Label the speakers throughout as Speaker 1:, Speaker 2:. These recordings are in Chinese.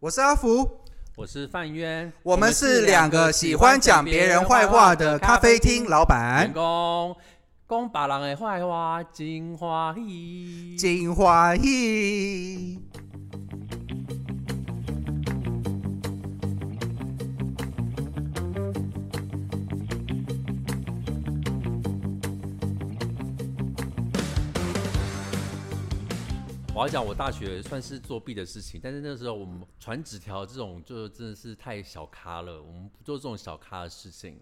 Speaker 1: 我是阿福，
Speaker 2: 我是范渊，
Speaker 1: 我们是两个喜欢讲别人坏话的咖啡厅老
Speaker 2: 员
Speaker 1: 板，
Speaker 2: 工，讲别人的坏话真欢喜。
Speaker 1: 金花艺。
Speaker 2: 我要讲我大学算是作弊的事情，但是那时候我们传纸条这种就真的是太小咖了，我们不做这种小咖的事情。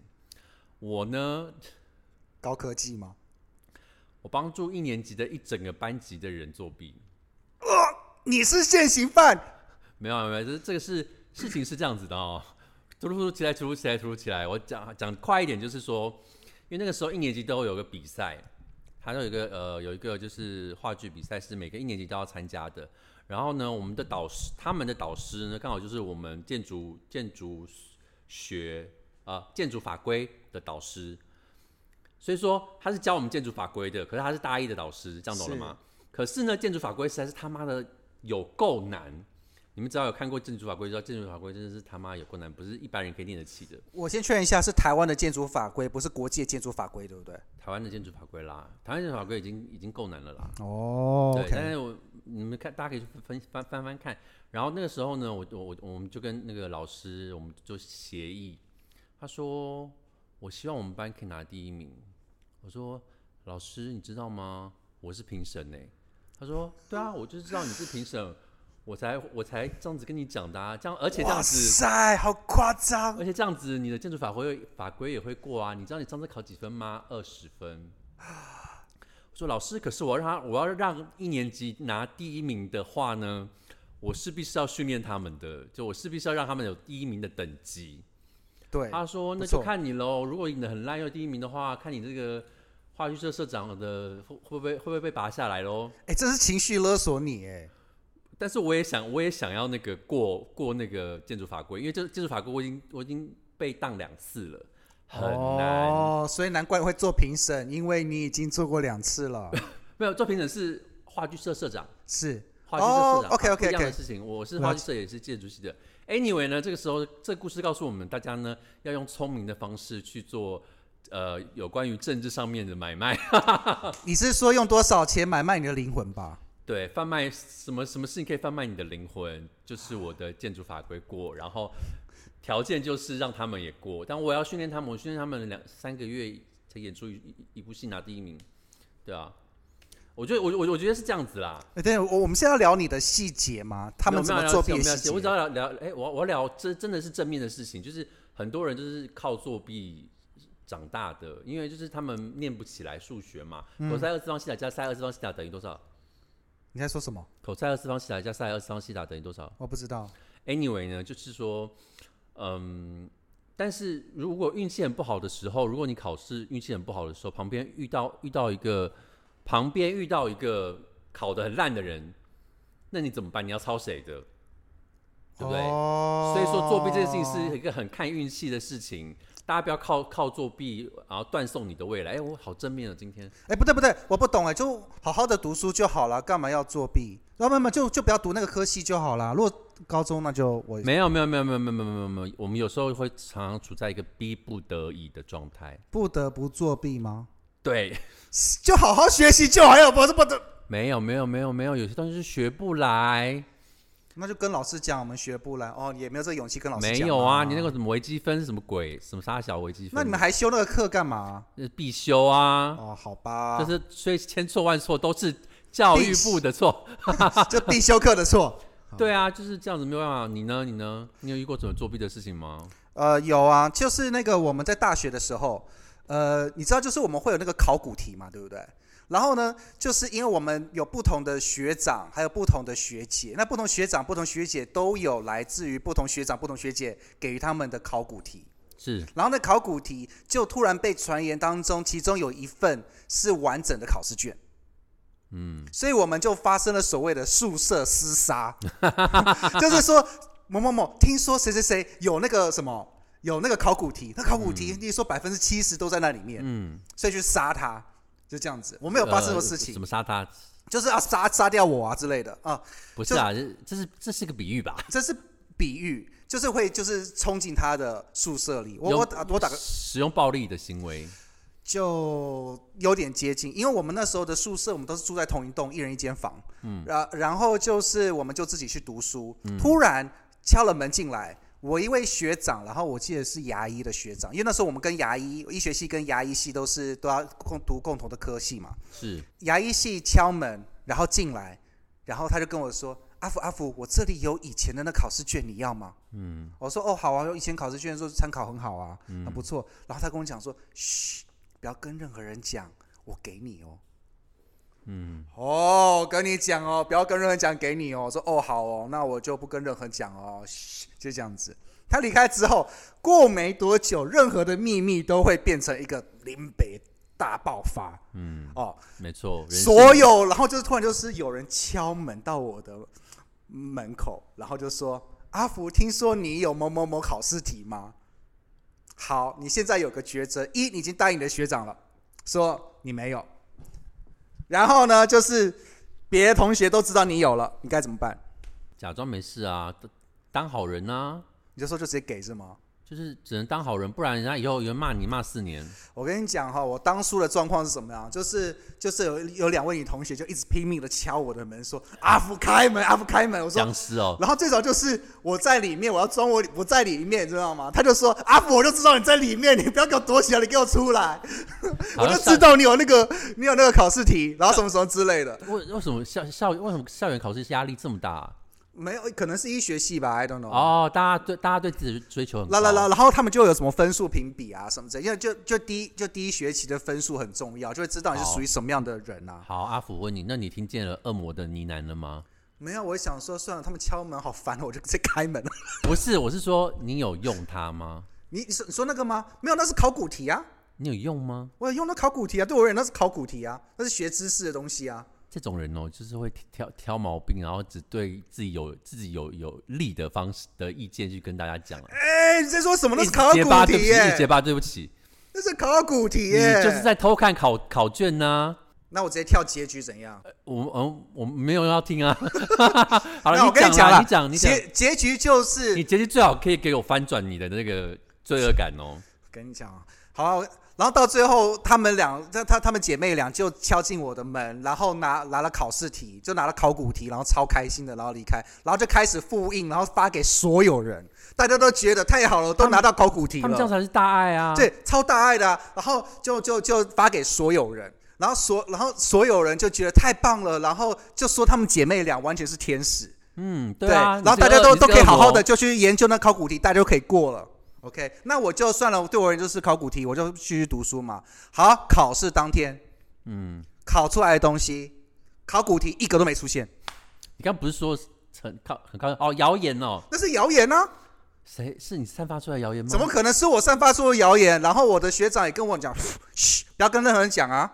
Speaker 2: 我呢，
Speaker 1: 高科技吗？
Speaker 2: 我帮助一年级的一整个班级的人作弊，
Speaker 1: 你是现行犯，
Speaker 2: 没有没有，这这个是事情是这样子的哦，突如突如其来，突如其来，突如其来。我讲讲快一点，就是说，因为那个时候一年级都有个比赛，它有一个呃有一个就是话剧比赛，是每个一年级都要参加的。然后呢，我们的导师他们的导师呢，刚好就是我们建筑建筑学呃建筑法规的导师，所以说他是教我们建筑法规的，可是他是大一的导师，这样懂了吗？可是呢，建筑法规实在是他妈的有够难。你们只要有看过建筑法规，就知道建筑法规真的是他妈有够难，不是一般人可以念得起的。
Speaker 1: 我先确认一下，是台湾的建筑法规，不是国际的建筑法规，对不对？
Speaker 2: 台湾的建筑法规啦，台湾建筑法规已经已经够难了啦。
Speaker 1: 哦
Speaker 2: 对，但是我你们看，大家可以去翻翻翻翻看。然后那个时候呢，我我我我们就跟那个老师，我们就协议，他说我希望我们班可以拿第一名。我说老师，你知道吗？我是评审呢。他说对啊，我就是知道你是评审，我才我才这样子跟你讲的、啊。这样而且这样
Speaker 1: 哇
Speaker 2: 子。
Speaker 1: 塞，好夸张！
Speaker 2: 而且这样子，你的建筑法规法规也会过啊。你知道你上次考几分吗？二十分。我说老师，可是我让他，我要让一年级拿第一名的话呢，我势必是要训练他们的，就我势必是要让他们有第一名的等级。
Speaker 1: 对，
Speaker 2: 他说那
Speaker 1: 不
Speaker 2: 就
Speaker 1: 错
Speaker 2: 看你喽，如果你的很烂又第一名的话，看你这个话剧社社长的会会不会会不会被拔下来喽。
Speaker 1: 哎，这是情绪勒索你，哎，
Speaker 2: 但是我也想，我也想要那个过过那个建筑法规，因为这建筑法规我已经我已经被当两次了，很难。
Speaker 1: 哦，所以难怪会做评审，因为你已经做过两次 了。
Speaker 2: 没有，做评审是话剧社社长，
Speaker 1: 是，
Speaker 2: 话剧社社长、
Speaker 1: 哦，OK，OK，OK
Speaker 2: 不一样的事情。我是话剧社，也是建筑系的。Anyway 呢，这个时候这故事告诉我们大家呢，要用聪明的方式去做呃有关于政治上面的买卖，
Speaker 1: 你是说用多少钱买卖你的灵魂吧？
Speaker 2: 对，贩卖什么什么事情可以贩卖你的灵魂，就是我的建筑法规过，然后条件就是让他们也过，但我要训练他们，我训练他们两三个月才演出一一一部戏拿第一名，对啊。我觉得我我我觉得是这样子啦，
Speaker 1: 哎，对，我我们现在要聊你的细节吗？他们怎么作弊的啊
Speaker 2: 没有
Speaker 1: 细
Speaker 2: 没有我只
Speaker 1: 节？
Speaker 2: 要聊聊，哎、我我要聊真真的是正面的事情，就是很多人就是靠作弊长大的，因为就是他们念不起来数学嘛，
Speaker 1: 嗯
Speaker 2: 口塞二次方西塔加塞二次方西塔等于多少？
Speaker 1: 你在说什么？
Speaker 2: 口塞二次方西塔加塞二次方西塔等于多少
Speaker 1: 我不知道。
Speaker 2: ？Anyway 呢，就是说，嗯，但是如果运气很不好的时候，如果你考试运气很不好的时候，旁边遇到遇到一个旁边遇到一个考得很烂的人，那你怎么办？你要抄谁的？对不对？
Speaker 1: 哦
Speaker 2: 所以说作弊这件事情是一个很看运气的事情，大家不要靠靠作弊然后断送你的未来。哎，我好正面哦，今天
Speaker 1: 哎，不对不对，我不懂哎，就好好的读书就好了，干嘛要作弊？要不然嘛就就不要读那个科系就好了。如果高中那就我
Speaker 2: 没有没有没有没有没有没有没有没有，我们有时候会常常处在一个逼不得已的状态。
Speaker 1: 不得不作弊吗？
Speaker 2: 对，
Speaker 1: 就好好学习就好，还有不是不得？
Speaker 2: 没有没有没有没有，有些东西是学不来，
Speaker 1: 那就跟老师讲，我们学不来哦，也没有这个勇气跟老师讲。
Speaker 2: 没有啊，你那个什么微积分是什么鬼，什么沙小微积分，
Speaker 1: 那你们还修那个课干嘛？
Speaker 2: 那必修啊，
Speaker 1: 哦，好吧，
Speaker 2: 就是所以千错万错都是教育部的错。
Speaker 1: 这必修课的错。
Speaker 2: 对啊，就是这样子，没有办法。你呢？你呢？你有遇过什么作弊的事情吗？
Speaker 1: 呃，有啊，就是那个我们在大学的时候，呃，你知道，就是我们会有那个考古题嘛，对不对？然后呢，就是因为我们有不同的学长，还有不同的学姐，那不同学长、不同学姐都有来自于不同学长、不同学姐给予他们的考古题。
Speaker 2: 是
Speaker 1: 然后那考古题就突然被传言当中，其中有一份是完整的考试卷。嗯，所以我们就发生了所谓的宿舍厮杀， 就是说某某某听说谁谁谁有那个什么有那个考古题，那考古题例如说百分之七十都在那里面，
Speaker 2: 嗯，
Speaker 1: 所以去杀他，就这样子。我没有发生什么事
Speaker 2: 呃
Speaker 1: 情，
Speaker 2: 怎么杀他？
Speaker 1: 就是要杀杀掉我啊之类的啊，
Speaker 2: 不是啊，这这是这是个比喻吧？
Speaker 1: 这是比喻，就是会就是冲进他的宿舍里。我我打我打个
Speaker 2: 使用暴力的行为，
Speaker 1: 就有点接近，因为我们那时候的宿舍，我们都是住在同一栋，一人一间房。嗯，然然后就是我们就自己去读书，突然敲了门进来。我一位学长，然后我记得是牙医的学长，因为那时候我们跟牙医医学系跟牙医系都是都要共读共同的科系嘛。
Speaker 2: 是
Speaker 1: 牙医系敲门，然后进来，然后他就跟我说：“阿福阿福，我这里有以前的那考试卷，你要吗？”嗯，我说：“哦，好啊，有以前考试卷说参考很好啊，很不错。”然后他跟我讲说：“嘘，不要跟任何人讲，我给你哦。”嗯，哦，跟你讲哦，不要跟任何人讲，给你哦。我说哦，好哦，那我就不跟任何人讲哦，嘘，就这样子。他离开之后，过没多久，任何的秘密都会变成一个林北大爆发。嗯，哦，
Speaker 2: 没错，人性
Speaker 1: 所有，然后就是突然就是有人敲门到我的门口，然后就说：“阿福，听说你有某某某考试题吗？好，你现在有个抉择：一，你已经答应你的学长了，说你没有；然后呢，就是别的同学都知道你有了，你该怎么办？
Speaker 2: 假装没事啊，当当好人啊，
Speaker 1: 你就说就直接给是吗？
Speaker 2: 就是只能当好人，不然人家以后有人骂你骂四年。
Speaker 1: 我跟你讲哈、我当初的状况是怎么样？就是就是有有两位女同学就一直拼命的敲我的门，说阿福开门，阿福开门。我说
Speaker 2: 僵尸哦，
Speaker 1: 然后最早就是我在里面，我要装我我在里面，知道吗？他就说阿福，我就知道你在里面，你不要给我躲起来，你给我出来，
Speaker 2: 好
Speaker 1: 我
Speaker 2: 像
Speaker 1: 就
Speaker 2: 上
Speaker 1: 知道你有那个你有那个考试题，然后什么什么之类的。
Speaker 2: 为为什么校校为什么校园考试压力这么大啊、
Speaker 1: 没有，可能是医学系吧，I don't know。
Speaker 2: 哦，大家对大家对自己的追求很高。啊
Speaker 1: 啦啦啦，然后他们就有什么分数评比啊什么之类，因为就就第一就第一学期的分数很重要，就会知道你是
Speaker 2: 好
Speaker 1: 属于什么样的人啊。
Speaker 2: 好，阿福问你，那你听见了恶魔的呢喃了吗？
Speaker 1: 没有，我想说算了，他们敲门好烦，哦我就直接开门了。
Speaker 2: 不是，我是说你有用它吗？
Speaker 1: 你你说你说那个吗？没有，那是考古题啊，
Speaker 2: 你有用吗？
Speaker 1: 我有用到考古题啊，对我而言那是考古题啊，那是学知识的东西啊。
Speaker 2: 这种人哦，就是会挑挑毛病，然后只对自己有自己有有利的方式的意见去跟大家讲。
Speaker 1: 哎、你在说什么？那是考
Speaker 2: 结巴，
Speaker 1: 古
Speaker 2: 对不
Speaker 1: 题
Speaker 2: 起，一直结
Speaker 1: 耶，
Speaker 2: 巴，对不起，
Speaker 1: 那是考古题
Speaker 2: 你
Speaker 1: 耶。
Speaker 2: 就是在偷看考考卷呢、
Speaker 1: 那我直接跳结局怎样？
Speaker 2: 我嗯，我没有要听啊。 好
Speaker 1: 那
Speaker 2: 了，
Speaker 1: 我跟
Speaker 2: 你
Speaker 1: 讲
Speaker 2: 讲
Speaker 1: 啦
Speaker 2: 啦你讲，你讲，
Speaker 1: 结结局就是
Speaker 2: 你结局最好可以给我翻转你的那个罪恶感哦。
Speaker 1: 跟你讲啊，好啊，我然后到最后，他们俩，她她她们姐妹俩就敲进我的门，然后拿拿了考试题，就拿了考古题，然后超开心的，然后离开，然后就开始复印，然后发给所有人，大家都觉得太好了，都拿到考古题
Speaker 2: 他们这样
Speaker 1: 了，
Speaker 2: 才是大爱啊。，
Speaker 1: 哦对，超大爱的啊、然后就就就发给所有人。然后所，然后所有人就觉得太棒了，然后就说她们姐妹俩完全是天使，
Speaker 2: 嗯，
Speaker 1: 对
Speaker 2: 对啊。
Speaker 1: 然后大家都都可以好好的
Speaker 2: 的。
Speaker 1: 就去研究那考古题，大家就可以过了。OK，那我就算了，对我而言就是考古题，我就继续读书嘛。好，考试当天，嗯，考出来的东西，考古题一个都没出现，
Speaker 2: 你刚不是说很靠很靠哦谣言哦？
Speaker 1: 那是谣言啊！
Speaker 2: 谁是你散发出来的谣言吗？
Speaker 1: 怎么可能是我散发出的谣言？然后我的学长也跟我讲，嘘，不要跟任何人讲啊。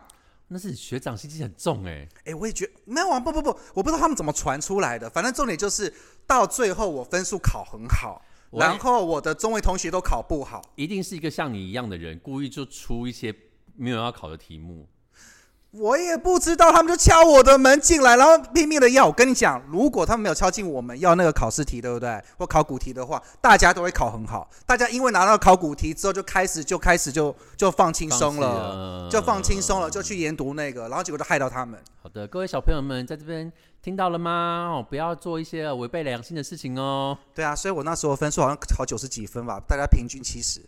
Speaker 2: 那是你学长心机很重哎、
Speaker 1: 哎，我也觉得没有啊，不不不，我不知道他们怎么传出来的。反正重点就是到最后我分数考很好，
Speaker 2: 我也
Speaker 1: 然后我的中位同学都考不好。
Speaker 2: 一定是一个像你一样的人，故意就出一些没有要考的题目。
Speaker 1: 我也不知道，他们就敲我的门进来，然后拼命的要。我跟你讲，如果他们没有敲进我们要那个考试题，对不对？或考古题的话，大家都会考很好。大家因为拿到考古题之后，就开始就开始就就放轻松
Speaker 2: 放弃
Speaker 1: 了，
Speaker 2: 了嗯
Speaker 1: 就放轻松了，就去研读那个，然后结果就害到他们。
Speaker 2: 好的，各位小朋友们，在这边听到了吗？哦，不要做一些呃违背良心的事情哦。
Speaker 1: 对啊，所以我那时候分数好像考九十几分吧，大家平均七十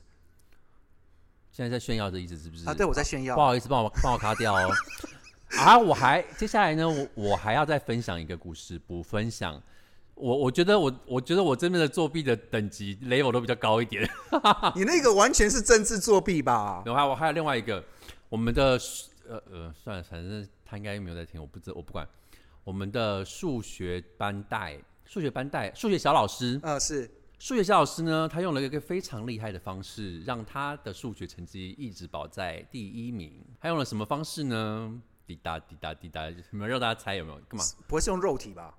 Speaker 2: 现在在炫耀的意思是不是？
Speaker 1: 啊。对，我在炫
Speaker 2: 不
Speaker 1: 耀。
Speaker 2: 好意思，帮我帮我卡掉哦。 啊，我还接下来呢，我我还要再分享一个故事，补分享。我我觉得我我觉得我这边的作弊的等级 level 都比较高一点。
Speaker 1: 你那个完全是政治作弊吧？
Speaker 2: 然后我还有另外一个，我们的数呃呃，算了，反正他应该没有在听，我不知我不管。我们的数学班带，数学班带，数学小老师，
Speaker 1: 呃，是
Speaker 2: 数学小老师呢，他用了一个非常厉害的方式，让他的数学成绩一直保在第一名。他用了什么方式呢？滴答滴答滴答，有没有让大家猜有没有？干嘛？
Speaker 1: 不会是用肉体吧？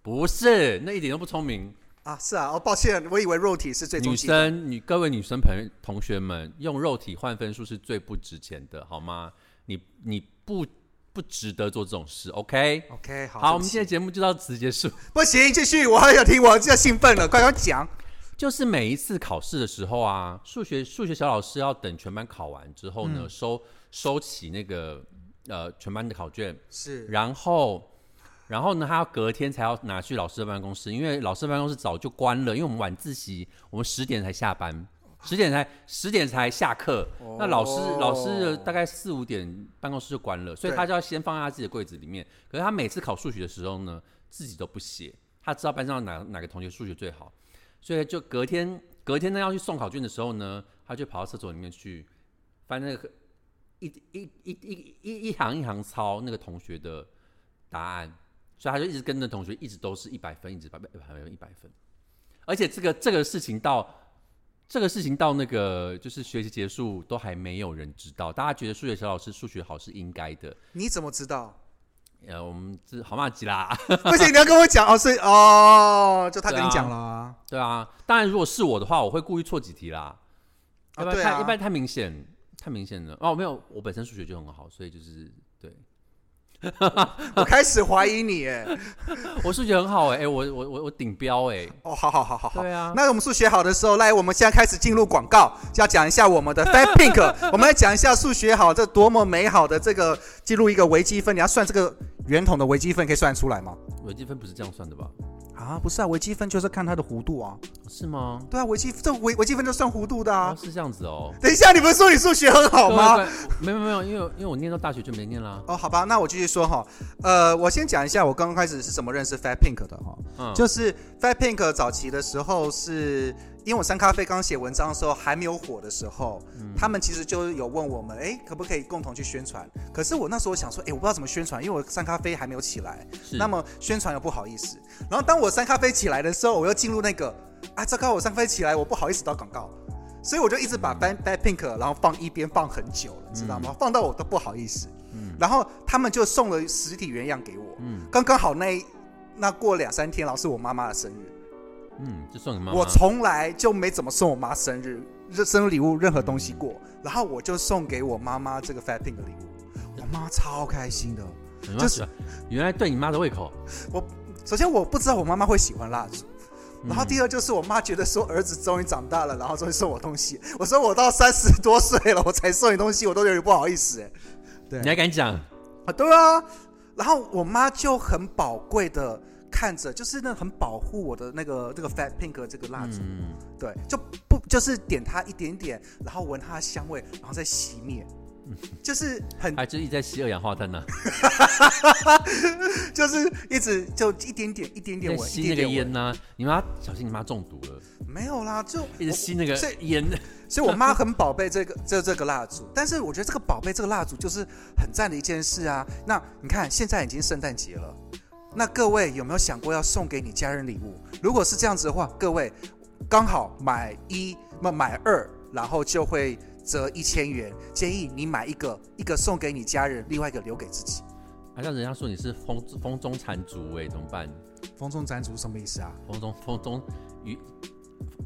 Speaker 2: 不是，那一点都不聪明。
Speaker 1: 啊，是啊，哦，抱歉，我以为肉体是最终
Speaker 2: 女
Speaker 1: 极的。
Speaker 2: 生，女各位女生朋友同学们，用肉体换分数是最不值钱的，好吗？你你不不值得做这种事。OK，
Speaker 1: OK，好，
Speaker 2: 好，
Speaker 1: 对不
Speaker 2: 我们
Speaker 1: 起
Speaker 2: 现在节目就到此结束。
Speaker 1: 不行，继续，我还有听，我要兴奋了，快快讲。
Speaker 2: 就是每一次考试的时候啊，数学数学小老师要等全班考完之后呢，收收起那个呃全班的考卷，
Speaker 1: 是，
Speaker 2: 然后，然后呢，他要隔天才要拿去老师的办公室，因为老师的办公室早就关了，因为我们晚自习，我们十点才下班，十点才十点才下课。那老师老师的大概四五点办公室就关了，所以
Speaker 1: 对
Speaker 2: 他就要先放在他自己的柜子里面。可是他每次考数学的时候呢，自己都不写，他知道班上哪哪个同学数学最好，所以就隔天隔天呢要去送考卷的时候呢，他就跑到厕所里面去翻那个一一一一一一行一行抄那个同学的答案，所以他就一直跟着同学，一直都是一百分，一直百一百分一百分。而且这个这个事情到这个事情到那个就是学习结束都还没有人知道，大家觉得数学小老师数学好是应该的。
Speaker 1: 你怎么知道？
Speaker 2: 呃，我们这好骂吉啦，
Speaker 1: 不行，你要跟我讲哦，所以哦，就他跟你讲了啊。
Speaker 2: 对啊。当然，如果是我的话，我会故意错几题啦，
Speaker 1: 啊
Speaker 2: 要不
Speaker 1: 对
Speaker 2: 然太、
Speaker 1: 啊
Speaker 2: 要不然太明显，太明显了。哦，没有，我本身数学就很好，所以就是对。
Speaker 1: 我开始怀疑你，哎，
Speaker 2: 我数学很好哎、欸我我我我顶标哎、
Speaker 1: 哦，好好好好好。
Speaker 2: 对啊
Speaker 1: 那我们数学好的时候，来，我们现在开始进入广告，就要讲一下我们的 Fat Pink，我们来讲一下数学好这多么美好的这个进入一个微积分，你要算这个圆筒的微积分，可以算得出来吗？
Speaker 2: 微积分不是这样算的吧？
Speaker 1: 啊，不是啊，微积分就是看它的弧度啊。
Speaker 2: 是吗？
Speaker 1: 对啊，微积这微微积分就算弧度的
Speaker 2: 啊，
Speaker 1: 啊。哦
Speaker 2: 是这样子哦。
Speaker 1: 等一下，你不是说你数学很好吗？
Speaker 2: 对？对对没有没有，因为因为我念到大学就没念啦。
Speaker 1: 哦，好吧，那我继续说哈。呃，我先讲一下我刚刚开始是怎么认识 Fat Pink 的哈。
Speaker 2: 嗯，
Speaker 1: 就是 Fat Pink 早期的时候是，因为我三咖啡刚写文章的时候还没有火的时候，他们其实就有问我们，哎，可不可以共同去宣传？可是我那时候想说，哎，我不知道怎么宣传，因为我三咖啡还没有起来，
Speaker 2: 是
Speaker 1: 那么宣传又不好意思。然后当我三咖啡起来的时候，我又进入那个啊，糟糕，我三咖啡起来，我不好意思打广告，所以我就一直把
Speaker 2: 嗯
Speaker 1: Bad Bad Pink 然后放一边放很久了，知道吗？放到我都不好意思。
Speaker 2: 嗯
Speaker 1: 然后他们就送了实体原样给我，刚刚好那一那过两三天，然后是我妈妈的生日，
Speaker 2: 嗯，就送给妈妈。
Speaker 1: 我从来就没怎么送我妈生日任生日礼物任何东西过，
Speaker 2: 嗯
Speaker 1: 然后我就送给我妈妈这个 Fat Pink 的礼物，我妈超开心的。
Speaker 2: 你妈
Speaker 1: 就是
Speaker 2: 喜欢原来对你妈的胃口。
Speaker 1: 我首先我不知道我妈妈会喜欢蜡烛，
Speaker 2: 嗯
Speaker 1: 然后第二就是我妈觉得说儿子终于长大了，然后终于送我东西。我说我到三十多岁了，我才送你东西，我都有点不好意思哎、对
Speaker 2: 你还敢讲？
Speaker 1: 啊，对啊，然后我妈就很宝贵的看着，就是那很保护我的那个这个 Fat Pink 这个蜡烛，
Speaker 2: 嗯，
Speaker 1: 对，就不就是点它一点点，然后闻它的香味，然后再熄灭，就是很
Speaker 2: 还就一直在吸二氧化碳呢，
Speaker 1: 就是一直就一点点一点
Speaker 2: 在
Speaker 1: 点闻，一
Speaker 2: 吸那
Speaker 1: 点
Speaker 2: 个
Speaker 1: 点
Speaker 2: 烟
Speaker 1: 闻，
Speaker 2: 呐。你妈小心你妈中毒了，
Speaker 1: 没有啦，就
Speaker 2: 一直
Speaker 1: 我
Speaker 2: 吸那个
Speaker 1: 所以
Speaker 2: 烟。
Speaker 1: 所以我妈很宝贝这个这这个蜡烛，但是我觉得这个宝贝这个蜡烛就是很赞的一件事啊。那你看，现在已经圣诞节了，那各位有没有想过要送给你家人礼物？如果是这样子的话，各位刚好买一，那买二，然后就会折一千元。建议你买一个，一个送给你家人，另外一个留给自己。
Speaker 2: 还让人家说你是风风中残烛哎，怎么办？
Speaker 1: 风中斩烛什么意思啊？
Speaker 2: 风中风中鱼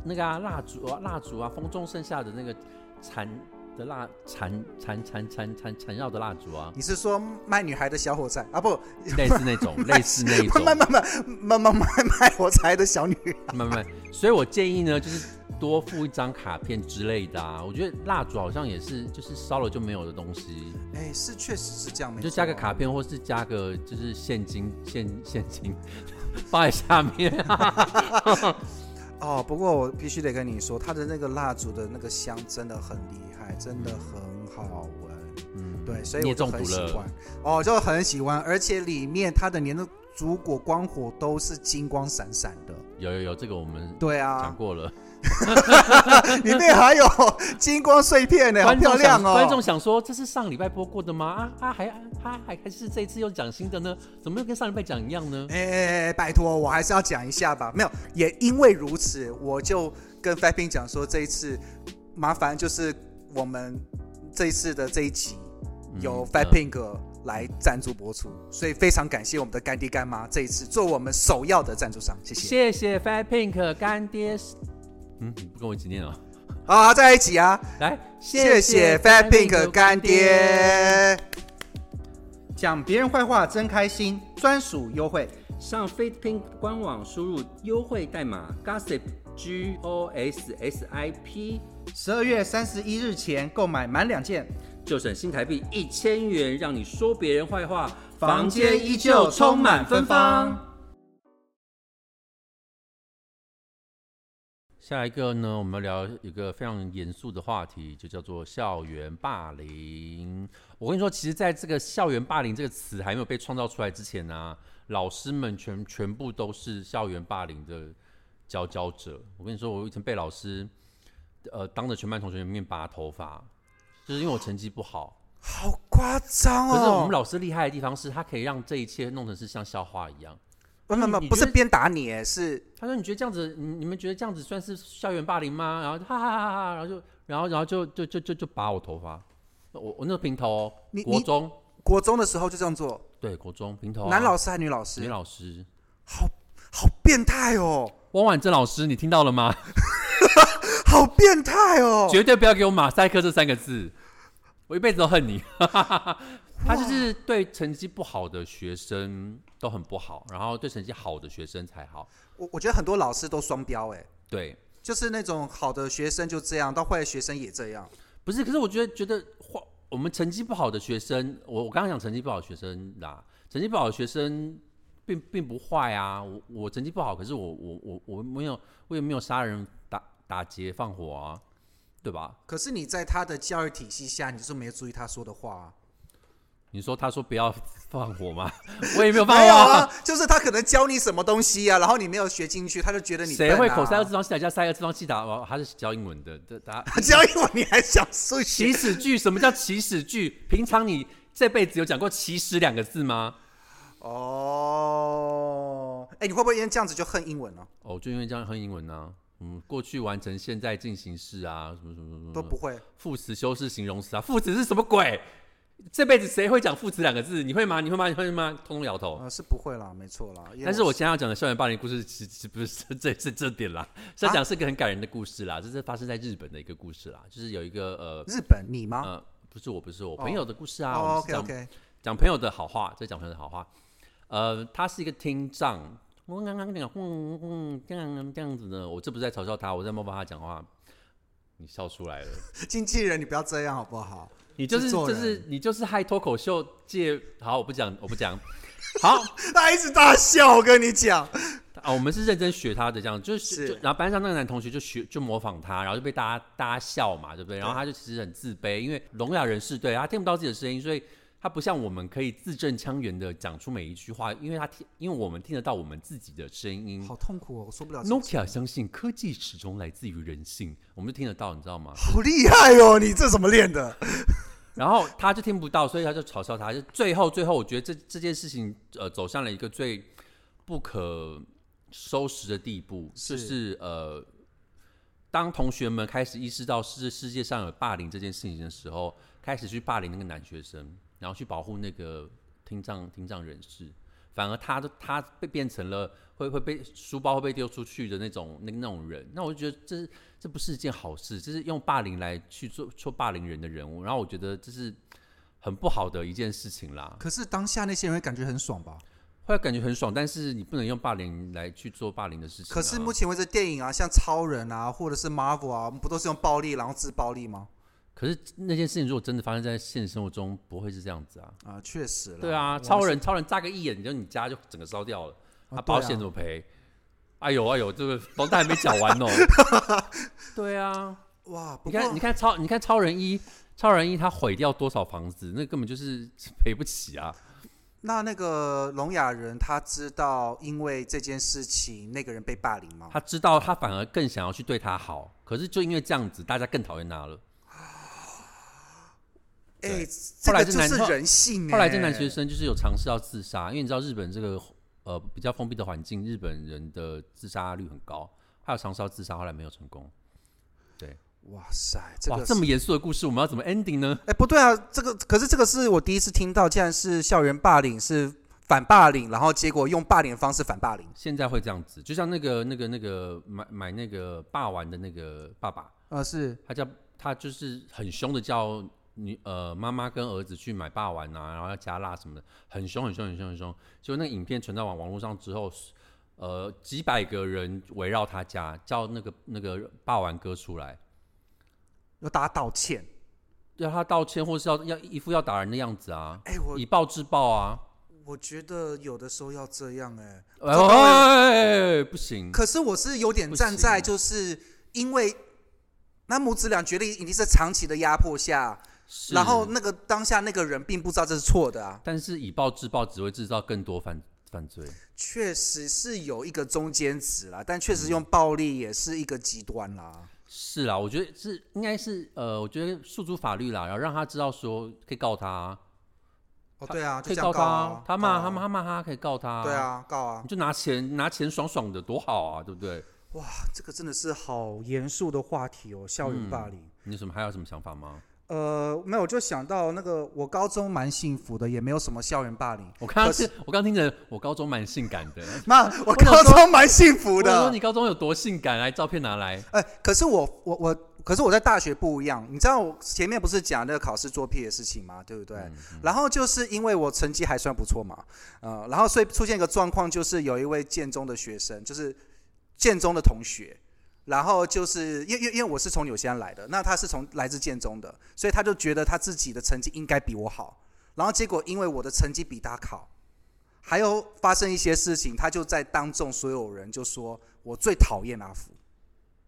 Speaker 2: 那个啊蜡烛啊蜡烛啊，风中剩下的那个缠的蜡缠缠缠缠缠缠绕的蜡烛 啊，
Speaker 1: 你是说卖女孩的小火柴啊？不，
Speaker 2: 类似 那种类似那一种，
Speaker 1: 卖卖卖卖卖卖卖火柴的小女孩。
Speaker 2: 慢慢，所以我建议呢，就是多附一张卡片之类的啊。我觉得蜡烛好像也是，就是烧了就没有的东西，
Speaker 1: 哎，是确实是这样，没
Speaker 2: 你就加个
Speaker 1: 错啊
Speaker 2: 卡片，或是加个就是现金现现金放在下面、啊
Speaker 1: 哦，不过我必须得跟你说，它的那个蜡烛的那个香真的很厉害，真的很好闻。嗯，对，所以
Speaker 2: 嗯你
Speaker 1: 我
Speaker 2: 也
Speaker 1: 就
Speaker 2: 中
Speaker 1: 很
Speaker 2: 毒
Speaker 1: 喜
Speaker 2: 了
Speaker 1: 欢。哦，就很喜欢，而且里面它的连的烛火光火都是金光闪闪的。
Speaker 2: 有有有，这个我们
Speaker 1: 对
Speaker 2: 讲
Speaker 1: 啊，
Speaker 2: 过了。
Speaker 1: 里面还有 金光碎片呢，好
Speaker 2: 观众
Speaker 1: 漂
Speaker 2: 想
Speaker 1: 亮哦。
Speaker 2: 观众想说，这是上礼拜播过的吗？啊啊，还啊还还还是这一次又讲新的呢？怎么又跟上礼拜讲一样呢？
Speaker 1: 哎、哎哎拜托，我还是要讲一下吧。没有，也因为如此，我就跟 f a b i n 讲说，这一次麻烦就是我们这一次的这一集由
Speaker 2: 嗯
Speaker 1: f a b i n 哥来赞助播出，所以非常感谢我们的干爹干妈这一次做我们首要的赞助商，谢谢。
Speaker 2: 谢谢 Fat Pink 干爹，嗯，你不跟我一起念啊？
Speaker 1: 好，在一起啊，
Speaker 2: 来，
Speaker 1: 谢谢 f a
Speaker 2: Fat
Speaker 1: b i n 哥干爹。讲别人坏话真开心，专属优惠。
Speaker 2: 上 FitPink 官网输入优惠代码 Gossip G O S S I P，
Speaker 1: 十二月三十一日前购买满两件，
Speaker 2: 就省新台币一千元，让你说别人坏话，
Speaker 1: 房间依旧充满芬芳。
Speaker 2: 下一个呢，我们要聊一个非常严肃的话题，就叫做校园霸凌。我跟你说，其实在这个“校园霸凌”这个词还没有被创造出来之前呢、啊老师们全全部都是校园霸凌的佼佼者。我跟你说，我以前被老师呃当着全班同学面拔头发，就是因为我成绩不好。
Speaker 1: 好夸张
Speaker 2: 可是我
Speaker 1: 哦
Speaker 2: 们！老师厉害的地方是，他可以让这一切弄成是像笑话一样。
Speaker 1: 不不
Speaker 2: 你
Speaker 1: 不，不
Speaker 2: 觉
Speaker 1: 是
Speaker 2: 得
Speaker 1: 鞭打你，是
Speaker 2: 他说：“你觉得这样子，你你们觉得这样子算是校园霸凌吗？”然后哈哈哈哈，然后就然后然后就就就就就拔我头发，我我那个平头哦
Speaker 1: 你，
Speaker 2: 国
Speaker 1: 你
Speaker 2: 中
Speaker 1: 国中的时候就这样做，
Speaker 2: 对国中平头啊、
Speaker 1: 男老师还是女老
Speaker 2: 女
Speaker 1: 师？
Speaker 2: 老师
Speaker 1: 好好变态哦，
Speaker 2: 汪婉珍老师，你听到了吗？
Speaker 1: 好变态哦！
Speaker 2: 绝对不要给我马赛克这三个字，我一辈子都恨你。他就是对成绩不好的学生都很不好，然后对成绩好的学生才好。
Speaker 1: 我我觉得很多老师都双标，哎，
Speaker 2: 对，
Speaker 1: 就是那种好的学生就这样，到坏的学生也这样。
Speaker 2: 不是，可是我觉得觉得话，我们成绩不好的学生，我我刚刚讲成绩不好的学生啦，成绩不好的学生并并不坏啊。我我成绩不好，可是我我我我没有，我也没有杀人打打劫放火啊，对吧？
Speaker 1: 可是你在他的教育体系下，你就是没有注意他说的话、
Speaker 2: 哦
Speaker 1: 啊。
Speaker 2: 你说他说不要放火吗？我也没有放
Speaker 1: 没
Speaker 2: 火、
Speaker 1: 有啊，就是他可能教你什么东西啊，然后你没有学进去，他就觉得你
Speaker 2: 谁
Speaker 1: 笨
Speaker 2: 会
Speaker 1: 啊
Speaker 2: 口塞二次方西塔加塞二次方西塔？哦，他是教英文的，这大 家
Speaker 1: 教英文你还想数
Speaker 2: 起
Speaker 1: 学？
Speaker 2: 始句，什么叫起始句？平常你这辈子有讲过“起始”两个字吗？
Speaker 1: 哦，哎，你会不会因为这样子就恨英文啊了、
Speaker 2: 哦，就因为这样恨英文啊，嗯，过去完成现在进行式啊，什么什么什么
Speaker 1: 都不会。
Speaker 2: 副词、修饰、形容词啊，副词是什么鬼？这辈子谁会讲副词两个字？你会吗？你会吗？你会吗？通通摇头。
Speaker 1: 呃，是不会啦，没错啦。因为
Speaker 2: 但是我现在要讲的校园霸凌故事，其实其实不是 这这这这点啦，
Speaker 1: 啊
Speaker 2: 是要讲是个很感人的故事啦，这是发生在日本的一个故事啦，就是有一个
Speaker 1: 日本你
Speaker 2: 呃
Speaker 1: 吗？
Speaker 2: 呃，不是我，不是我朋友的故事啊，
Speaker 1: 哦
Speaker 2: 我们
Speaker 1: ，OK
Speaker 2: 是讲
Speaker 1: OK，
Speaker 2: 讲朋友的好话，再讲朋友的好话。呃，他是一个听障，我刚刚讲，嗯嗯，这样这样子呢，我这不是在嘲笑他，我在模仿他讲话。你笑出 来了，
Speaker 1: 经纪人你不要这样好不好？
Speaker 2: 你就是
Speaker 1: 制作
Speaker 2: 就
Speaker 1: 人
Speaker 2: 是你就是害脱口秀界。好，我不讲，我不讲。 好
Speaker 1: 他啊一直大笑，我跟你讲，
Speaker 2: 啊，我们是认真学他的，这样就是
Speaker 1: 是
Speaker 2: 就然后班上那个男同学就学就模仿他，然后就被大家大家笑嘛，对不对？然后他就其实很自卑，因为聋哑人士对他听不到自己的声音，所以他不像我们可以字正腔圆的讲出每一句话，因为他听，因为我们听得到我们自己的声音
Speaker 1: 好。痛苦哦，我受不了。
Speaker 2: Nokia 相信科技始终来自于人性，我们就听得到，你知道吗？
Speaker 1: 好厉害哦，你这怎么练的？
Speaker 2: 然后他就听不到，所以他就嘲笑他。就最后，最后，我觉得这这件事情，呃，走向了一个最不可收拾的地步，就是是呃，当同学们开始意识到世世界上有霸凌这件事情的时候，开始去霸凌那个男学生，然后去保护那个听障听障人士，反而他的他被变成了会会被书包会被丢出去的那种那那种人，那我就觉得这是这不是一件好事，这是用霸凌来去做做霸凌人的人物，然后我觉得这是很不好的一件事情啦，
Speaker 1: 可是当下那些人会感觉很爽吧？
Speaker 2: 会感觉很爽，但是你不能用霸凌来去做霸凌的事情啊、
Speaker 1: 可是目前为止，电影啊，像超人啊，或者是 Marvel 啊，不都是用暴力然后自暴力吗？
Speaker 2: 可是那件事情如果真的发生在现实生活中，不会是这样子啊。
Speaker 1: 啊，确实啦
Speaker 2: 对啊，
Speaker 1: 我
Speaker 2: 超人超人炸个一眼，就你家就整个烧掉了，
Speaker 1: 啊对
Speaker 2: 啊，
Speaker 1: 啊
Speaker 2: 保险怎么赔？哎呦哎呦，这个房贷还没缴完 哦。对啊，
Speaker 1: 哇，不
Speaker 2: 你
Speaker 1: 过
Speaker 2: 看你看超你看超人一，超人一他毁掉多少房子，那根本就是赔不起啊。
Speaker 1: 那那个聋哑人，他知道因为这件事情那个人被霸凌吗？
Speaker 2: 他知道他反而更想要去对他好，可是就因为这样子，大家更讨厌他了。
Speaker 1: 哎、
Speaker 2: 后
Speaker 1: 这
Speaker 2: 来
Speaker 1: 个
Speaker 2: 这
Speaker 1: 就
Speaker 2: 男
Speaker 1: 是人性、哎
Speaker 2: 后来这男学生就是有尝试要自杀，因为你知道日本这个呃比较封闭的环境，日本人的自杀率很高，他有尝试要自杀，后来没有成功。
Speaker 1: 哇塞，这个
Speaker 2: 哇，
Speaker 1: 是
Speaker 2: 这么严肃的故事，我们要怎么 ending 呢？
Speaker 1: 哎、不对啊，这个可是这个是我第一次听到，竟然是校园霸凌，是反霸凌，然后结果用霸凌的方式反霸凌。
Speaker 2: 现在会这样子，就像那个那个那个买买那个霸王的那个爸爸，
Speaker 1: 呃，是
Speaker 2: 他叫他就是很凶的叫女呃妈妈跟儿子去买霸王啊，然后要加辣什么的，很凶很凶很凶很凶。结果那个影片传到网网络上之后，呃，几百个人围绕他家，叫那个那个霸王哥出来，
Speaker 1: 要大家道歉。
Speaker 2: 要他道歉，或是要要一副要打人的样子啊，
Speaker 1: 哎、我
Speaker 2: 以暴制暴啊。
Speaker 1: 我觉得有的时候要这样哎、
Speaker 2: 哎哎哎哎不行，
Speaker 1: 可是我是有点
Speaker 2: 不
Speaker 1: 站
Speaker 2: 行
Speaker 1: 在，就是因为那母子俩决定一定是长期的压迫下，
Speaker 2: 是
Speaker 1: 然后那个当下那个人并不知道这是错的啊，
Speaker 2: 但是以暴制暴只会制造更多犯犯罪。
Speaker 1: 确实是有一个中间值啦，但确实用暴力也是一个极端啦。
Speaker 2: 是啦，我觉得是应该是呃，我觉得诉诸法律啦，然后让他知道说可以告他啊，
Speaker 1: 哦，对啊，
Speaker 2: 可
Speaker 1: 就
Speaker 2: 以
Speaker 1: 这样
Speaker 2: 他啊
Speaker 1: 啊，，
Speaker 2: 他骂
Speaker 1: 告啊
Speaker 2: 他骂他骂他可以告他，
Speaker 1: 对，啊，告啊
Speaker 2: 你，就拿钱拿钱爽爽的多好啊，对不对？
Speaker 1: 这个真的是好严肃的话题哦，校园霸凌。
Speaker 2: 你有什么还有什么想法吗？
Speaker 1: 呃，没有，我就想到那个，我高中蛮幸福的，也没有什么校园霸 凌。
Speaker 2: 我刚刚
Speaker 1: 可是
Speaker 2: 是，我刚听着我高中蛮性感的，
Speaker 1: 妈，我
Speaker 2: 想
Speaker 1: 高中蛮幸福
Speaker 2: 我想说
Speaker 1: 的
Speaker 2: 你。高中有多性感，来照片拿来，
Speaker 1: 哎、可是我我我，可是我在大学不一样。你知道我前面不是讲那个考试作弊的事情吗？对不对？然后就是因为我成绩还算不错嘛，呃，然后所以出现一个状况，就是有一位建中的学生，就是建中的同学，然后就是因为因为因为我是从纽西兰来的，那他是从来自建中的，所以他就觉得他自己的成绩应该比我好，然后结果因为我的成绩比他好，还有发生一些事情，他就在当众所有人就说我最讨厌阿福。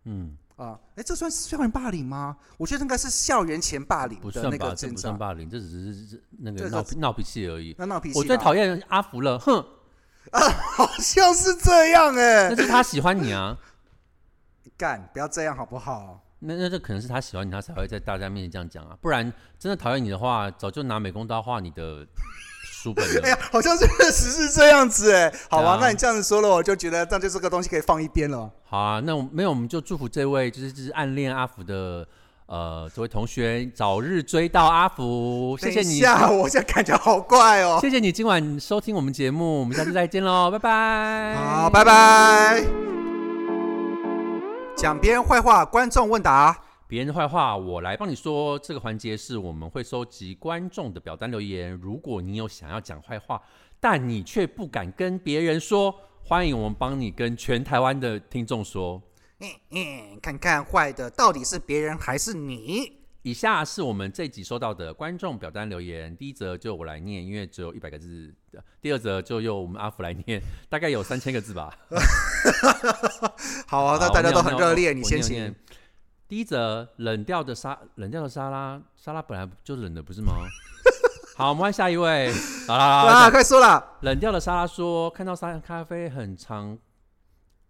Speaker 2: 嗯，
Speaker 1: 啊，哎，这算是校园霸凌吗？我觉得应该是校园前霸凌
Speaker 2: 不
Speaker 1: 的
Speaker 2: 算
Speaker 1: 那
Speaker 2: 吧，
Speaker 1: 个
Speaker 2: 这
Speaker 1: 征
Speaker 2: 不算
Speaker 1: 兆。
Speaker 2: 霸凌，这只是这那
Speaker 1: 这
Speaker 2: 个
Speaker 1: 个
Speaker 2: 闹闹脾气而已。
Speaker 1: 那闹脾气，
Speaker 2: 我最讨，厌阿福了，哼，
Speaker 1: 好像是这样哎、
Speaker 2: 那是他喜欢你啊。
Speaker 1: 干，不要这样好不好？
Speaker 2: 那那这可能是他喜欢你，他才会在大家面前这样讲啊。不然真的讨厌你的话，早就拿美工刀画你的书本
Speaker 1: 哎
Speaker 2: 了。
Speaker 1: 呀，好像确实是这样子哎、好吧，
Speaker 2: 啊对啊
Speaker 1: 那你这样子说了，我就觉得这样就这个东西可以放一边了。
Speaker 2: 好啊，那我们没有，我们就祝福这位就是就是暗恋阿福的呃这位同学早日追到阿福。谢谢
Speaker 1: 等一
Speaker 2: 你，
Speaker 1: 下，我现在感觉好怪哦。
Speaker 2: 谢谢你今晚收听我们节目，我们下次再见喽，拜拜。
Speaker 1: 好，拜。拜。讲别人坏话，观众问答。
Speaker 2: 别人的坏话我来帮你说。这个环节是我们会收集观众的表单留言，如果你有想要讲坏话，但你却不敢跟别人说，欢迎我们帮你跟全台湾的听众说。
Speaker 1: 嗯嗯，看看坏的到底是别人还是你？
Speaker 2: 以下是我们这集收到的观众表单留言，第一则就我来念，因为只有一百个字；第二则就由我们阿福来念， 大概有三千个字吧。
Speaker 1: 好啊，那
Speaker 2: 好
Speaker 1: 大家
Speaker 2: 我
Speaker 1: 都
Speaker 2: 念
Speaker 1: 很
Speaker 2: 我
Speaker 1: 热
Speaker 2: 念
Speaker 1: 烈，
Speaker 2: 我
Speaker 1: 你
Speaker 2: 念
Speaker 1: 先
Speaker 2: 我
Speaker 1: 行
Speaker 2: 念。第一则冷掉的沙，冷掉的沙拉，沙拉本来就冷的，不是吗？ 好，我们换下一位。好啦，好啦
Speaker 1: 啊，快说了。
Speaker 2: 冷掉的沙拉说：“看到沙拉咖啡很常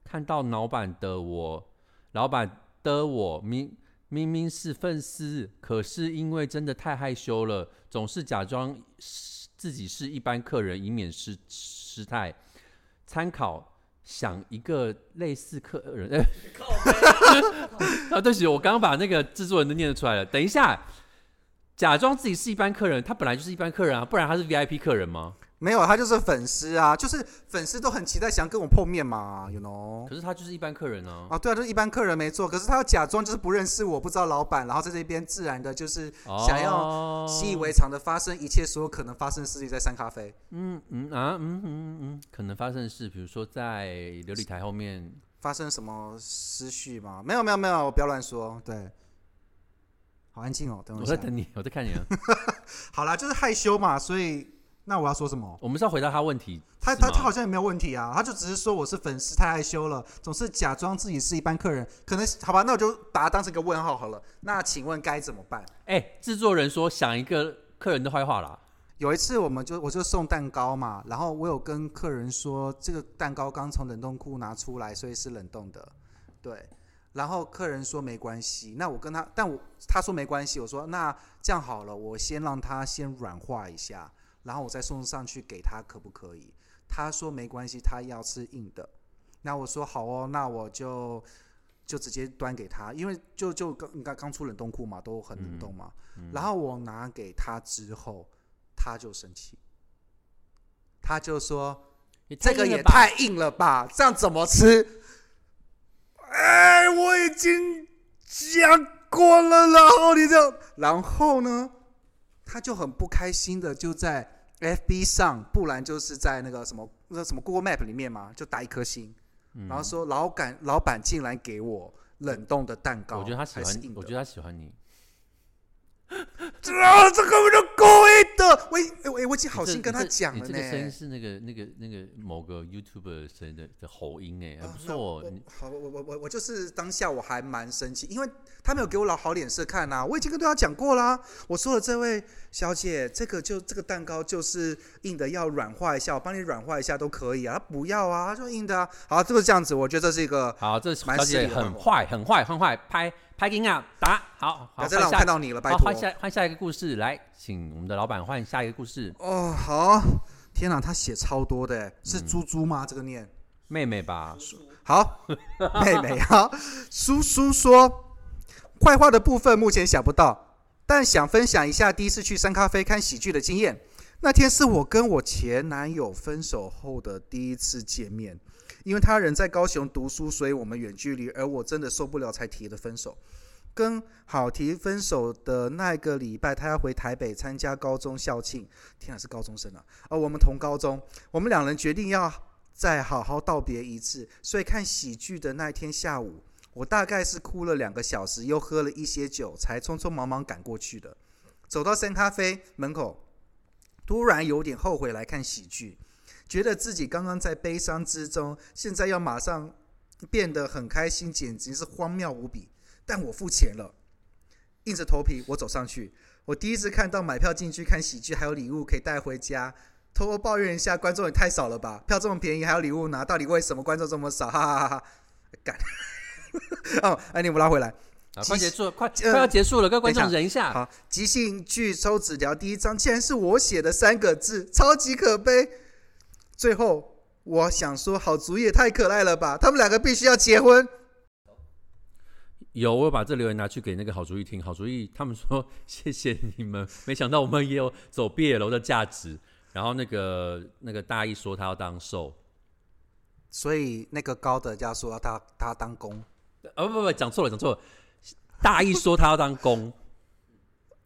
Speaker 2: 看到老板的我，老板的我明明明是粉丝，可是因为真的太害羞了，总是假装是自己是一般客人，以免失失态。参考想一个类似客人，哎、啊，对不起，我刚刚把那个制作人都念得出来了。等一下。”假装自己是一般客人，他本来就是一般客人啊，不然他是 VIP 客人吗？
Speaker 1: 没有，他就是粉丝啊，就是粉丝都很期待想跟我碰面嘛，you know。
Speaker 2: 可是他就是一般客人啊。
Speaker 1: 啊，对啊，就是一般客人没错，可是他要假装就是不认识我，不知道老板，然后在这边自然的就是想要
Speaker 2: 要
Speaker 1: 习以为常的发生一切所有可能发生的事情，在三咖啡。
Speaker 2: 嗯嗯啊嗯嗯嗯，可能发生的事，比如说在琉璃台后面，
Speaker 1: 发生什么失序吗？没有，没有，没有，我不要乱说。对，好安静哦，等我
Speaker 2: 我
Speaker 1: 一
Speaker 2: 在
Speaker 1: 下。
Speaker 2: 等你，我在看你啊。
Speaker 1: 好啦，就是害羞嘛，所以那我要说什么？
Speaker 2: 我们是要回答他问题，
Speaker 1: 他
Speaker 2: 是
Speaker 1: 他
Speaker 2: 吗
Speaker 1: 他好像也没有问题啊，他就只是说我是粉丝太害羞了，总是假装自己是一般客人，可能好吧，那我就把它当成一个问号好了。那请问该怎么办？
Speaker 2: 哎、制作人说想一个客人的坏话啦。
Speaker 1: 有一次我们就我就送蛋糕嘛，然后我有跟客人说这个蛋糕刚从冷冻库拿出来，所以是冷冻的，对。然后客人说没关系，那我跟他，但我他说没关系，我说那这样好了，我先让它先软化一下，然后我再送上去给他，可不可以？他说没关系，他要吃硬的。那我说好哦，那我就就直接端给他，因为就就刚刚刚出冷冻库嘛，都很冷冻嘛。然后我拿给他之后，他就生气，他就说这个
Speaker 2: 硬了
Speaker 1: 也
Speaker 2: 吧
Speaker 1: 太硬了吧，这样怎么吃？哎，我已经讲过了，然后你就然后呢？他就很不开心的就在 FB 上，不然就是在那个什么那什么 Google Map 里面嘛，就打一颗星，
Speaker 2: 嗯
Speaker 1: 然后说老板老板竟然给我冷冻的蛋糕，
Speaker 2: 我觉得他喜
Speaker 1: 还是
Speaker 2: 欢
Speaker 1: 硬，的
Speaker 2: 我觉得他喜欢你。
Speaker 1: 啊，这根本就故意的，我已哎我、哎我已经好
Speaker 2: 这
Speaker 1: 心跟他
Speaker 2: 你这
Speaker 1: 讲
Speaker 2: 你
Speaker 1: 了
Speaker 2: 这个声音
Speaker 1: 呢。
Speaker 2: 是那个那个那个某个 YouTuber 的声的的喉音哎，还
Speaker 1: 啊
Speaker 2: 不
Speaker 1: 那
Speaker 2: 错
Speaker 1: 我
Speaker 2: 哦。你
Speaker 1: 好，我我我我就是当下我还蛮生气，因为他没有给我老好脸色看呐、我已经跟对方讲过啦，我说了这位小姐，这个就这个蛋糕就是硬的，要软化一下，我帮你软化一下都可以啊。他不要啊，他说硬的啊。好，就是这样子，我觉得这是一个，
Speaker 2: 好，这小
Speaker 1: 蛮失
Speaker 2: 姐
Speaker 1: 礼的
Speaker 2: 很
Speaker 1: 我
Speaker 2: 坏，很坏，很坏，拍拍给啊，打好，
Speaker 1: 不
Speaker 2: 好
Speaker 1: 要再让我
Speaker 2: 换下
Speaker 1: 看，到你了，拜
Speaker 2: 好
Speaker 1: 托
Speaker 2: 换。下换下一个故事，来，请我们的老板换下一个故事。
Speaker 1: 哦，好，天哪，他写超多的欸，
Speaker 2: 嗯
Speaker 1: 是猪猪吗？这个念。
Speaker 2: 妹妹吧，
Speaker 1: 好， 妹妹好，叔叔说，坏话的部分目前想不到，但想分享一下第一次去三咖啡看喜剧的经验。那天是我跟我前男友分手后的第一次见面，因为他人在高雄读书，所以我们远距离，而我真的受不了才提的分手。跟好提分手的那个礼拜，他要回台北参加高中校庆，天啊，是高中生啊！而我们同高中，我们两人决定要再好好道别一次。所以看喜剧的那天下午，我大概是哭了两个小时，又喝了一些酒，才匆匆忙忙赶过去的。走到三咖啡门口，突然有点后悔来看喜剧，觉得自己刚刚在悲伤之中，现在要马上变得很开心，简直是荒谬无比。但我付钱了，硬着头皮我走上去。我第一次看到买票进去看喜剧，还有礼物可以带回家，偷偷抱怨一下，观众也太少了吧？票这么便宜，还有礼物拿，到底为什么观众这么少？哈哈哈哈！干， 哦，哎，你们拉回来。
Speaker 2: 啊，
Speaker 1: 其
Speaker 2: 快结
Speaker 1: 实
Speaker 2: 束了，快快
Speaker 1: 呃
Speaker 2: 要结束了，各位观
Speaker 1: 等一
Speaker 2: 众
Speaker 1: 下
Speaker 2: 忍一下。
Speaker 1: 好，即兴剧抽纸条第一章竟然是我写的三个字，超级可悲。最后我想说，好足也太可爱了吧，他们两个必须要结婚。
Speaker 2: 有，我有把这留言拿去给那个好主意听，好主意他们说 谢谢你们，没想到我们也有走毕业楼的价值。然后那个那个大一说他要当兽，
Speaker 1: 所以那个高德家说他他当公，
Speaker 2: 呃、不不不，讲错了讲错了，大一说他要当公，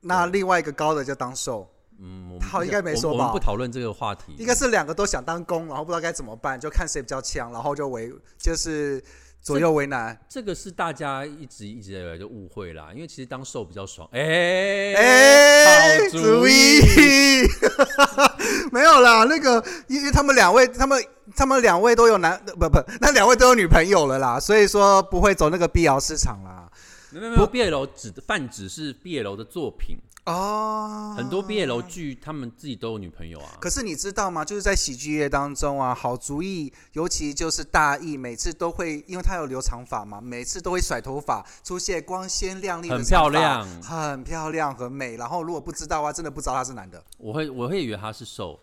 Speaker 1: 那另外一个高德就当受，
Speaker 2: 嗯，我们
Speaker 1: 他好
Speaker 2: 不
Speaker 1: 应
Speaker 2: 讲
Speaker 1: 该没
Speaker 2: 我们
Speaker 1: 说
Speaker 2: 我们
Speaker 1: 吧
Speaker 2: 不讨论这个话题，
Speaker 1: 应该是两个都想当公，然后不知道该怎么办，就看谁比较强，然后就为就是左右为难。
Speaker 2: 这个是大家一直一直以来就误会啦，因为其实当兽比较爽，哎、
Speaker 1: 哎、
Speaker 2: 好主意，
Speaker 1: 意， 没有啦，那个因为他们两位，他们他们两位都有男不不，那两位都有女朋友了啦，所以说不会走那个碧瑶市场啦。
Speaker 2: 没有没有没有，毕业楼指泛指是毕业楼的作品，
Speaker 1: 哦，
Speaker 2: 很多毕业楼剧他们自己都有女朋友啊，
Speaker 1: 可是你知道吗？就是在喜剧业当中啊，好主意，尤其就是大意，每次都会，因为他有留长发嘛，每次都会甩头发，出现光鲜亮丽的
Speaker 2: 很
Speaker 1: 长
Speaker 2: 漂
Speaker 1: 发
Speaker 2: 亮
Speaker 1: 很漂亮，很美。然后如果不知道啊，真的不知道他是男的，
Speaker 2: 我会我会以为他是兽。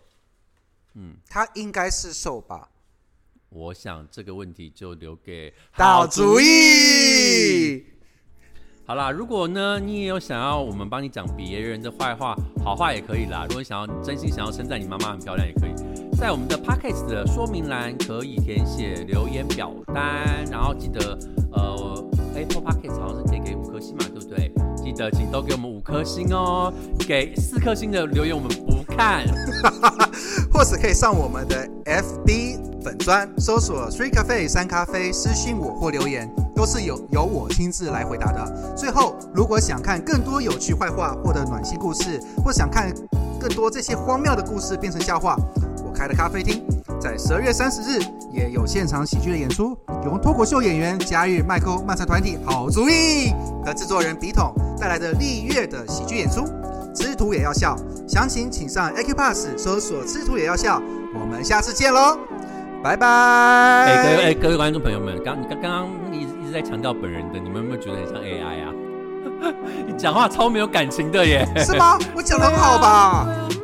Speaker 1: 他应该是瘦吧？
Speaker 2: 我想这个问题就留给
Speaker 1: 好主意。
Speaker 2: 好啦，如果呢你也有想要我们帮你讲别人的坏话，好话也可以啦。如果你想要真心想要称赞你妈妈很漂亮，也可以在我们的 p o c k e t 的说明栏可以填写留言表单，然后记得呃 Apple p o c k e t 好像是可以给五颗星嘛，对不对？记得请都给我们五颗星哦，给四颗星的留言我们不看。
Speaker 1: 或者可以上我们的 FB 粉砖，搜索 Three Cafe 三咖啡，私信我或留言，都是由由我亲自来回答的。最后，如果想看更多有趣坏话或者暖心故事，或想看更多这些荒谬的故事变成笑话，我开的咖啡厅在十二月三十日也有现场喜剧的演出，由脱口秀演员贾宇、麦克、漫才团体好主意和制作人笔筒带来的丽月的喜剧演出。吃土也要笑。详情请上 a q Pass 搜索“吃土也要笑”。我们下次见喽，拜拜。
Speaker 2: 哎、各位哎、各位观众朋友们，刚刚刚刚一直一直在强调本人的，你们有没有觉得很像 AI 啊？你讲话超没有感情的耶！
Speaker 1: 是吗？我讲的很好吧？
Speaker 2: 对啊